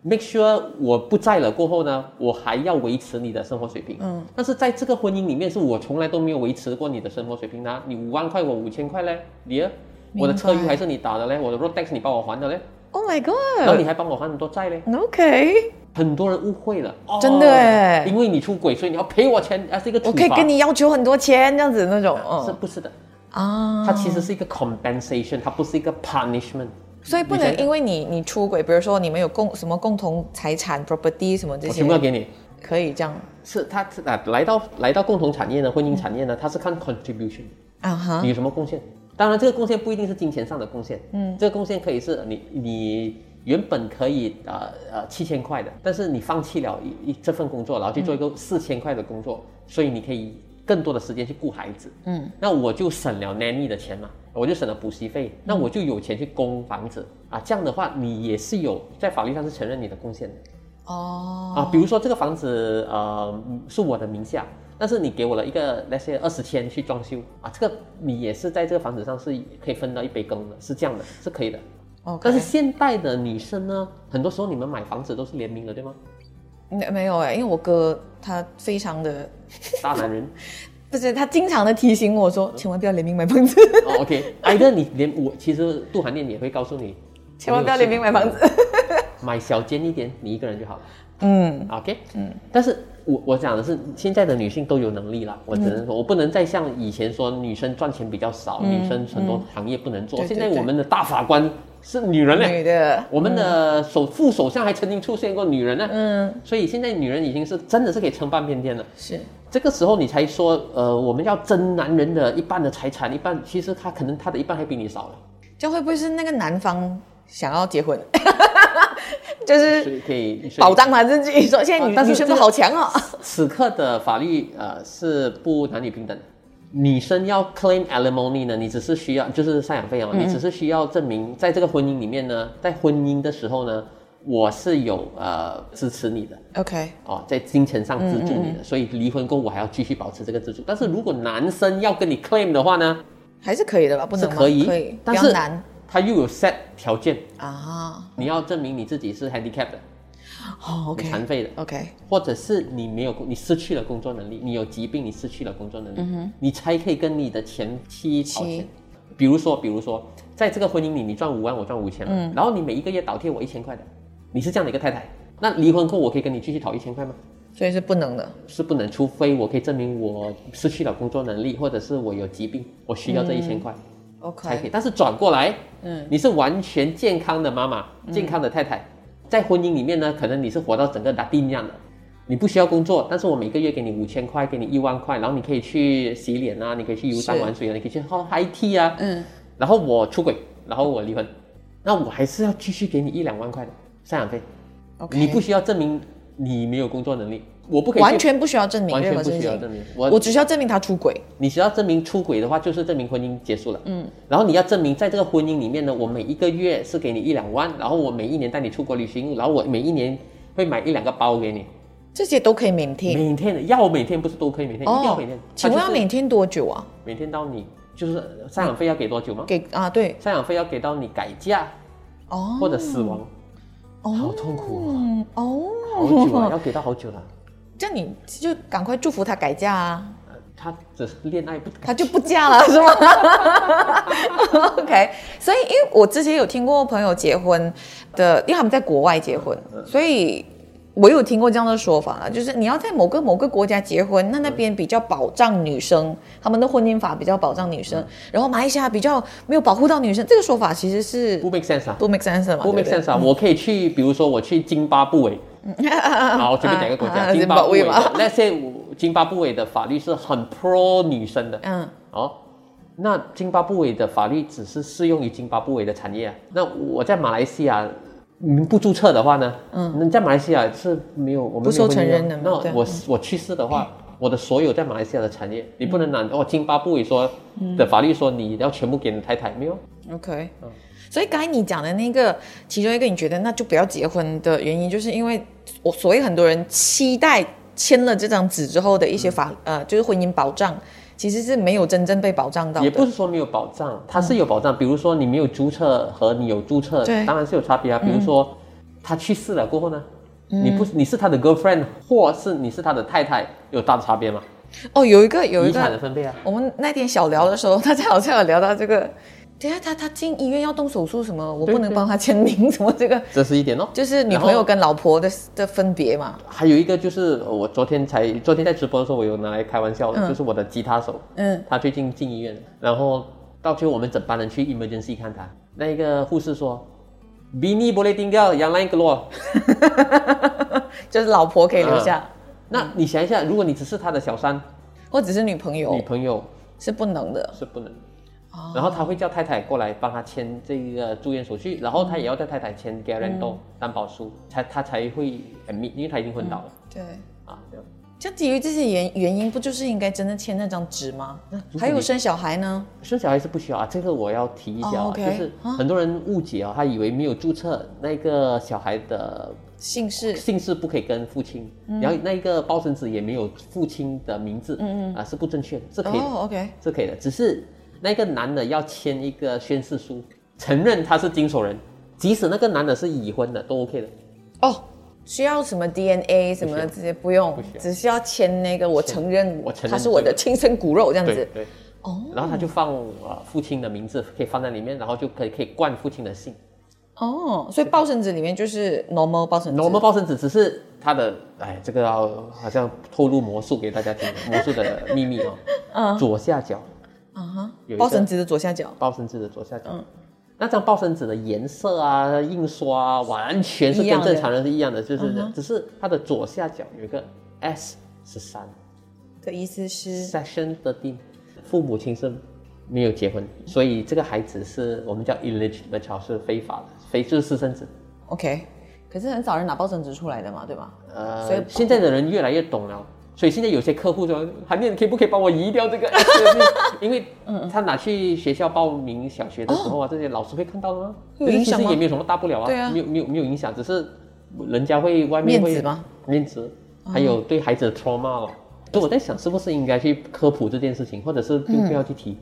Speaker 2: ，make sure 我不在了过后呢，我还要维持你的生活水平。嗯，但是在这个婚姻里面，是我从来都没有维持过你的生活水平的啊、你五万块，我五千块嘞，你呢我的车油还是你打的嘞，我的 road tax 你帮我还的嘞，
Speaker 3: ，Oh my
Speaker 2: 然后
Speaker 3: God，OK，、
Speaker 2: 你还帮我还很多债嘞。
Speaker 3: OK
Speaker 2: 很多人误会了，哦
Speaker 3: 真的耶
Speaker 2: 因为你出轨，所以你要赔我钱，啊，是一个处罚。
Speaker 3: 我可以跟你要求很多钱这样子那种，
Speaker 2: 是
Speaker 3: 嗯
Speaker 2: 不是的？
Speaker 3: 啊，
Speaker 2: 它其实是一个 compensation，它不是一个 punishment。
Speaker 3: 所以不
Speaker 2: 你
Speaker 3: 能
Speaker 2: 想想
Speaker 3: 因为你你出轨，比如说你们有共什么共同财产 property 什么这
Speaker 2: 我
Speaker 3: 些
Speaker 2: 全部，要给你。
Speaker 3: 可以这样
Speaker 2: 是它是啊，来到来到共同产业呢，婚姻产业呢，它是看 contribution，
Speaker 3: 啊哈
Speaker 2: 你有什么贡献？当然，这个贡献不一定是金钱上的贡献，嗯，这个贡献可以是你你原本可以呃呃七千块的，但是你放弃了一一这份工作，然后去做一个四千块的工作，所以你可以更多的时间去顾孩子，嗯，那我就省了 nanny 的钱嘛，我就省了补习费，那我就有钱去供房子啊，这样的话你也是有在法律上是承认你的贡献的。
Speaker 3: 哦，
Speaker 2: 啊，比如说这个房子呃是我的名下，但是你给我了一个那些二十千去装修啊，这个你也是在这个房子上是可以分到一杯羹的，是这样的，是可以的。
Speaker 3: 哦 OK
Speaker 2: 但是现代的女生呢，很多时候你们买房子都是联名
Speaker 3: (laughs)
Speaker 2: 的，对吗？
Speaker 3: 没没有哎、因为我哥他非常的
Speaker 2: 大男人
Speaker 3: 不是，他经常的提醒我
Speaker 2: 嗯
Speaker 3: 说，千万不要联名买房子，
Speaker 2: (laughs) 哦，OK，挨个你 (laughs) 连我其实杜涵念也会告诉你，
Speaker 3: 千万不要联名买房子，
Speaker 2: (laughs) 买小间一点，你一个人就好了。
Speaker 3: 嗯，
Speaker 2: OK，嗯，但是我我讲的是现在的女性都有能力
Speaker 3: 嗯
Speaker 2: 了，我只能说，我不能再像以前说女生赚钱比较少，女生很多行业不能做。
Speaker 3: 嗯对对
Speaker 2: 现在我们的大法官是女人嘞，
Speaker 3: 女的，
Speaker 2: 我们的首副首相还曾经出现过女人呢，
Speaker 3: 嗯，
Speaker 2: 所以现在女人已经是真的是可以称霸遍天了。
Speaker 3: 是
Speaker 2: 这个时候你才说，呃，我们要争男人的一半的财产，一半其实他可能他的一半还比你少了，
Speaker 3: 这样会不会是那个男方想要结婚， (laughs) 就是
Speaker 2: 所以可以所以
Speaker 3: 保障他自己？说现在女、
Speaker 2: 啊但是
Speaker 3: 女生
Speaker 2: 这
Speaker 3: 都
Speaker 2: 个
Speaker 3: 好强哦，
Speaker 2: 此刻的法律呃是不男女平等的，女生要 claim alimony 呢，你只是需要就是赡养费哦，你只是需要证明在这个婚姻里面呢，在婚姻的时候呢，我是有呃支持你的
Speaker 3: OK，
Speaker 2: 哦，在金钱上资助你的，所以离婚后我还要继续保持这个资助。但是如果男生要跟你 claim 的话呢，
Speaker 1: 还是可以的吧？不
Speaker 2: 是
Speaker 1: 能吗？
Speaker 2: 可以，
Speaker 1: 可以，
Speaker 2: 但
Speaker 1: 比较
Speaker 2: 是
Speaker 1: 难
Speaker 2: 它又有 set 条件，
Speaker 1: 啊。
Speaker 2: 你要证明你自己是 handicap 的，
Speaker 1: 哦
Speaker 2: 你残
Speaker 1: ，OK
Speaker 2: 废的，
Speaker 1: OK，
Speaker 2: 或者是你没有工，你失去了工作能力，你有疾病，你失去了工作能力，你才可以跟你的前妻讨钱
Speaker 1: 妻。
Speaker 2: 比如说，比如说，在这个婚姻里，你赚五万，我赚五千，然后你每一个月倒贴我一千块的，你是这样的一个太太，那离婚后我可以跟你继续讨一千块吗？
Speaker 1: 所以是不能的。
Speaker 2: 是不能，除非我可以证明我失去了工作能力，或者是我有疾病，我需要这一千块才可以。
Speaker 1: OK，
Speaker 2: 但是转过来，
Speaker 1: 嗯，
Speaker 2: 你是完全健康的妈妈，健康的太太，在婚姻里面呢，可能你是活到整个拉丁一样的，你不需要工作，但是我每个月给你五千块，给你一万块，然后你可以去洗脸啊，你可以去游山
Speaker 1: 是
Speaker 2: 玩水啊，你可以去喝 IT 啊，
Speaker 1: 嗯，
Speaker 2: 然后我出轨，然后我离婚，那我还是要继续给你一两万块的赡养费
Speaker 1: OK
Speaker 2: 你不需要证明你没有工作能力，我不可以去
Speaker 1: 完全不需要证明
Speaker 2: 完
Speaker 1: 任
Speaker 2: 全
Speaker 1: 何
Speaker 2: 不
Speaker 1: 事
Speaker 2: 需要
Speaker 1: 情，
Speaker 2: 证明，
Speaker 1: 我只需要证明他出轨。
Speaker 2: 你只要证明出轨的话，就是证明婚姻结束了。嗯，然后你要证明在这个婚姻里面呢，我每一个月是给你一两万，然后我每一年带你出国旅行，然后我每一年会买一两个包给你，
Speaker 1: 这些都可以每天。
Speaker 2: 每天的要每天不是都可以每天，一定要每天。
Speaker 1: 请问
Speaker 2: 它
Speaker 1: 要
Speaker 2: 就是
Speaker 1: 每天多久啊？
Speaker 2: 每天到你就是赡养费要给多久吗？
Speaker 1: 给啊，对
Speaker 2: 赡养费要给到你改嫁
Speaker 1: 哦，
Speaker 2: 或者死亡，好
Speaker 1: 哦，
Speaker 2: 痛苦啊，
Speaker 1: 嗯哦，
Speaker 2: 好久啊，要给到好久了。
Speaker 1: 这样你就赶快祝福他改嫁啊，
Speaker 2: 呃他只是恋爱不改，
Speaker 1: 他就不嫁
Speaker 2: (laughs)
Speaker 1: 了是吗？OK，所以因为我之前有听过朋友结婚的，因为他们在国外结婚，
Speaker 2: 嗯
Speaker 1: 所以。我有听过这样的说法了，就是你要在某个某个国家结婚，那那边比较保障女生，他们的婚姻法比较保障女
Speaker 2: 嗯
Speaker 1: 生，然后马来西亚比较没有保护到女生，这个说法其实是
Speaker 2: 不 make sense 啊。
Speaker 1: 不 make sense 的嘛，
Speaker 2: 不 make
Speaker 1: 对对嗯
Speaker 2: sense 啊！我可以去，比如说我去津巴布韦，好，我随便讲一个国
Speaker 1: 啊
Speaker 2: 家，
Speaker 1: 啊
Speaker 2: 津巴布韦
Speaker 1: 津巴布
Speaker 2: 的。那些津巴布韦的法律是很 pro 女生的
Speaker 1: 嗯，
Speaker 2: 哦。那津巴布韦的法律只是适用于津巴布韦的产业啊。那我在马来西亚，你不注册的话呢？嗯，你在马来西亚是没有我们
Speaker 1: 不受
Speaker 2: 没有婚姻
Speaker 1: 承
Speaker 2: 啊
Speaker 1: 认的
Speaker 2: 那
Speaker 1: 对
Speaker 2: 我我去世的话，我的所有在马来西亚的产业，你不能拿哦，津巴布韦说的法律说你要全部给你太太，没有？
Speaker 1: OK，、所
Speaker 2: 嗯
Speaker 1: 以刚才你讲的那个其中一个，你觉得那就不要结婚的原因，就是因为我所谓很多人期待签了这张纸之后的一些法、
Speaker 2: 嗯
Speaker 1: 呃，就是婚姻保障，其实是没有真正被保障到的。
Speaker 2: 也不是说没有保障，它是有保障。比如说你没有注册和你有注册
Speaker 1: 对，嗯
Speaker 2: 当然是有差别啊。比如说、他去世了过后呢，你不你是他的 girlfriend，或是你是他的太太，有大的差别吗？
Speaker 1: 哦，有一个有一
Speaker 2: 遗产的
Speaker 1: 个，
Speaker 2: 分配啊，
Speaker 1: 我们那天小聊的时候，大家好像有聊到这个，等一下他他进医院要动手术什么，我不能帮他签名什么这
Speaker 2: (laughs)
Speaker 1: 个。
Speaker 2: 这是一点哦。
Speaker 1: 就是女朋友跟老婆的的分别嘛，
Speaker 2: 还有一个就是呃我昨天才昨天在直播的时候，我有拿来开玩笑的，就是我的吉他手，
Speaker 1: 嗯，
Speaker 2: 他最近进医院，然后到最后我们整班人去 emergency 看他，那一个护士说。Bini boleh tinggal yang lain keluar。
Speaker 1: 就是老婆可以留下，
Speaker 2: 那你想一下，如果你只是他的小三
Speaker 1: 或者是女朋友
Speaker 2: 嗯女朋友，
Speaker 1: 是不能的。
Speaker 2: 是不能。
Speaker 1: 哦
Speaker 2: 然后他会叫太太过来帮他签这个住院手续，然后他也要叫太太签
Speaker 1: 嗯
Speaker 2: guarantor、担保书，才他才会 admit，因为他已经昏倒了、
Speaker 1: 对。
Speaker 2: 啊。这样
Speaker 1: 像基于这些原原因，不就是应该真的签那张纸吗？
Speaker 2: 如果
Speaker 1: 还有
Speaker 2: 你
Speaker 1: 生小孩呢？
Speaker 2: 生小孩是不需要啊，这个我要提一下啊
Speaker 1: 哦，OK
Speaker 2: 就是
Speaker 1: 啊
Speaker 2: 很多人误解啊，他以为没有注册那个小孩的
Speaker 1: 姓氏
Speaker 2: 姓氏不可以跟父亲，
Speaker 1: 嗯
Speaker 2: 然后那个抱孙子也没有父亲的名字，嗯嗯啊是不正确的，是可以的。
Speaker 1: 哦，OK，
Speaker 2: 是可以的，只是那个男的要签一个宣誓书，承认他是经手人，即使那个男的是已婚的都 OK 的。
Speaker 1: 哦，需要什么 DNA 什么这些不用，
Speaker 2: 需要
Speaker 1: 只需要签那个我承认
Speaker 2: 我承认
Speaker 1: 他是我
Speaker 2: 这
Speaker 1: 的
Speaker 2: 个
Speaker 1: 亲生骨肉这样子。
Speaker 2: 对，
Speaker 1: 哦
Speaker 2: 然后他就放呃父亲的名字可以放在里面，然后就可以可以冠父亲的姓。
Speaker 1: 哦，所以抱孙子里面就是 normal 抱孙子
Speaker 2: normal 抱孙子只是他的，哎，这个要好像透露魔术给大家听，魔术的秘密 (laughs) 哦。左下角
Speaker 1: 啊
Speaker 2: 嗯
Speaker 1: 哈
Speaker 2: 有一，个
Speaker 1: 抱孙子的左下角
Speaker 2: 抱孙子的左下角。那张抱孙子的颜色啊、印刷啊，完全是
Speaker 1: 一样
Speaker 2: 跟
Speaker 1: 的
Speaker 2: 正常人是一样的，就是、只是它的左下角有一个 S 十三
Speaker 1: 的意思是
Speaker 2: Section Thirteen，父母亲是没有结婚，所以这个孩子是我们叫 illegitimate child，是非法的，非就是私生子。
Speaker 1: OK，可是很少人拿抱孙子出来的嘛，对吧？
Speaker 2: 呃，
Speaker 1: 所以
Speaker 2: 现在的人越来越懂了，所以现在有些客户说，韩念可以不可以帮我移掉
Speaker 1: (laughs)
Speaker 2: 这个 SLP？因为
Speaker 1: 嗯
Speaker 2: 他拿去学校报名小学的时候啊，这些老师会看到的吗？
Speaker 1: 会有影响吗
Speaker 2: 其实也没有什么大不了啊，
Speaker 1: 对啊
Speaker 2: 没有没有没有影响，只是人家会外面会
Speaker 1: 面子吗？
Speaker 2: 面子，还有对孩子的 trauma 哦。所以我在想，是不是应该去科普这件事情，或者是就不要去提？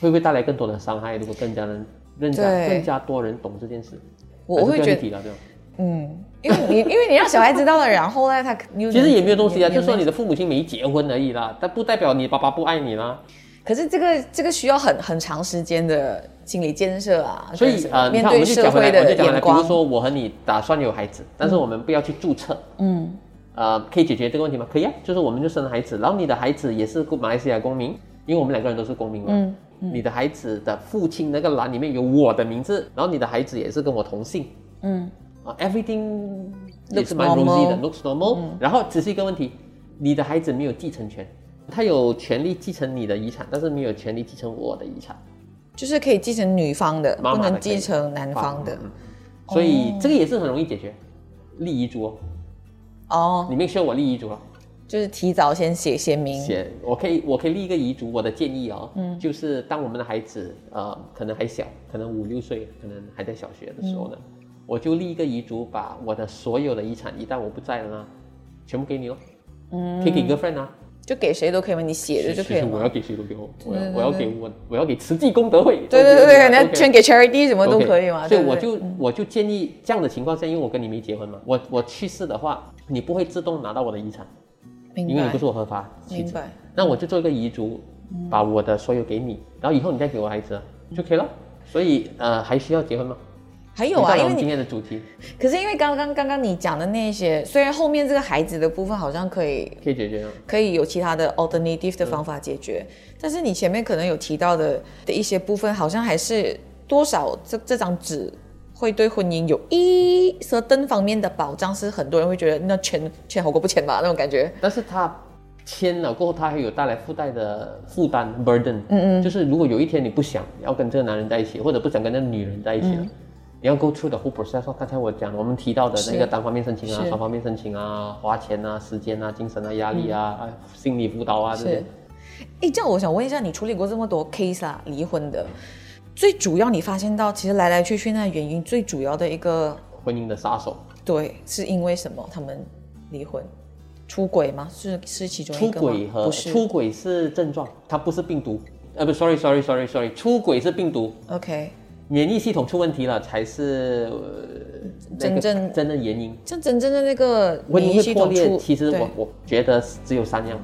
Speaker 2: 会不会带来更多的伤害？如果更加人更加
Speaker 1: 嗯对
Speaker 2: 更加多人懂这件事，
Speaker 1: 我我会
Speaker 2: 还是不
Speaker 1: 觉
Speaker 2: 要去
Speaker 1: 得
Speaker 2: 提了这样。
Speaker 1: 嗯，因为你因为你让小孩知道了，然后呢，他可你又
Speaker 2: 其实
Speaker 1: 能
Speaker 2: 也没有东西啊，
Speaker 1: 你
Speaker 2: 就说你的父母亲没结婚而已啦，但不代表你爸爸不爱你啦。
Speaker 1: 可是这个这个需要很很长时间的心理建设啊，
Speaker 2: 所以
Speaker 1: 跟什么
Speaker 2: 呃，你
Speaker 1: 面
Speaker 2: 看我
Speaker 1: 对
Speaker 2: 们就
Speaker 1: 社
Speaker 2: 讲回
Speaker 1: 会
Speaker 2: 来，我
Speaker 1: 的
Speaker 2: 就讲回来，
Speaker 1: 眼
Speaker 2: 比如
Speaker 1: 光，
Speaker 2: 说我和你打算有孩子，但是我们不要去注册，
Speaker 1: 嗯，
Speaker 2: 呃，可以解决这个问题吗？可以啊，就是我们就生孩子，然后你的孩子也是马来西亚公民，因为我们两个人都是公民嘛。
Speaker 1: 嗯
Speaker 2: 你的孩子的父亲那个栏里面有我的名字，然后你的孩子也是跟我同姓。
Speaker 1: 嗯
Speaker 2: 啊，everything
Speaker 1: Looks
Speaker 2: 也是蛮 rosy 的
Speaker 1: normal 嗯
Speaker 2: ，looks normal、然后只是一个问题，你的孩子没有继承权，他有权利继承你的遗产，但是没有权利继承我的遗产，
Speaker 1: 就是可以继承女方的，
Speaker 2: 妈妈
Speaker 1: 不
Speaker 2: 的
Speaker 1: 能
Speaker 2: 可
Speaker 1: 继
Speaker 2: 以
Speaker 1: 承男方的。
Speaker 2: 嗯所以这个也是很容易解决，立遗嘱哦，
Speaker 1: 哦，
Speaker 2: 你 make sure 我立遗嘱了，
Speaker 1: 就是提早先写写明，嗯
Speaker 2: 写我可以我可以立一个遗嘱，我的建议哦，就是当我们的孩子呃可能还小，可能五六岁，可能还在小学的时候呢，
Speaker 1: 嗯
Speaker 2: 我就立一个遗嘱，把我的所有的遗产，一旦我不在了呢，全部给你哦，
Speaker 1: 嗯
Speaker 2: 可以给 girlfriend 啊。
Speaker 1: 就给谁都可以嘛，你写着
Speaker 2: 其
Speaker 1: 就
Speaker 2: 实
Speaker 1: 可以
Speaker 2: 我
Speaker 1: 了
Speaker 2: 要
Speaker 1: 嘛。
Speaker 2: 给谁都给我，我要
Speaker 1: 对对
Speaker 2: 我要给我我要给慈济功德会，
Speaker 1: 对对对对，你要捐
Speaker 2: 全
Speaker 1: 给 charity 什么都可以嘛。
Speaker 2: 所
Speaker 1: 对
Speaker 2: 以
Speaker 1: 不嗯
Speaker 2: 我
Speaker 1: 对
Speaker 2: 就我就建议这样的情况下，因为我跟你没结婚嘛，我我去世的话，你不会自动拿到我的遗产，因
Speaker 1: 明
Speaker 2: 为你
Speaker 1: 白
Speaker 2: 不是我合法妻
Speaker 1: 明
Speaker 2: 子，
Speaker 1: 白，嗯
Speaker 2: 那我就做一个遗嘱，把我的所有给你，然后以后你再给我孩子啊就可以了。所以呃，还需要结婚吗？
Speaker 1: 还有
Speaker 2: 回
Speaker 1: 啊，
Speaker 2: 到
Speaker 1: 因
Speaker 2: 我
Speaker 1: 为
Speaker 2: 们
Speaker 1: 你
Speaker 2: 今天的主题
Speaker 1: 可是因为刚刚刚刚你讲的那些，虽然后面这个孩子的部分好像可以
Speaker 2: 可以解决吗？
Speaker 1: 可以有其他
Speaker 2: 嗯
Speaker 1: 的 alternative 的方法解决，但是你前面可能有提到的的一些部分，好像还是多少这这张纸会对婚姻有一 certain 方面的保障，是很多人会觉得那签签好过不签吧那种感觉。
Speaker 2: 但是他签了过后，他还有带来附带的负担 burden，嗯嗯，就是如果有一天你不想要跟这个男人在一起，或者不想跟那个女人在一起
Speaker 1: 嗯
Speaker 2: 了，你要 go through the whole process 哦。刚才我讲的，我们提到的那个单方面申请啊、
Speaker 1: 是
Speaker 2: 双方面申请啊、花钱啊、时间啊、精神啊、压力啊、啊心理辅导啊这些
Speaker 1: 嗯是，哎，这样我想问一下，你处理过这么多 case 啊，离婚的，最主要你发现到其实来来去去那原因最主要的一个
Speaker 2: 婚姻的杀手。
Speaker 1: 对，是因为什么他们离婚？出轨吗？是是其中一
Speaker 2: 出
Speaker 1: 个吗
Speaker 2: 轨和
Speaker 1: 不是
Speaker 2: 出轨是症状，它不是病毒。呃，不，sorry sorry sorry sorry，出轨是病毒，
Speaker 1: OK，
Speaker 2: 免疫系统出问题了才是、呃那
Speaker 1: 真
Speaker 2: 个
Speaker 1: 正
Speaker 2: 真正原因。
Speaker 1: 像真正的那个
Speaker 2: 婚
Speaker 1: 免疫
Speaker 2: 姻会
Speaker 1: 系
Speaker 2: 破
Speaker 1: 统
Speaker 2: 裂，
Speaker 1: 出，
Speaker 2: 其实
Speaker 1: 对
Speaker 2: 我我觉得只有三样，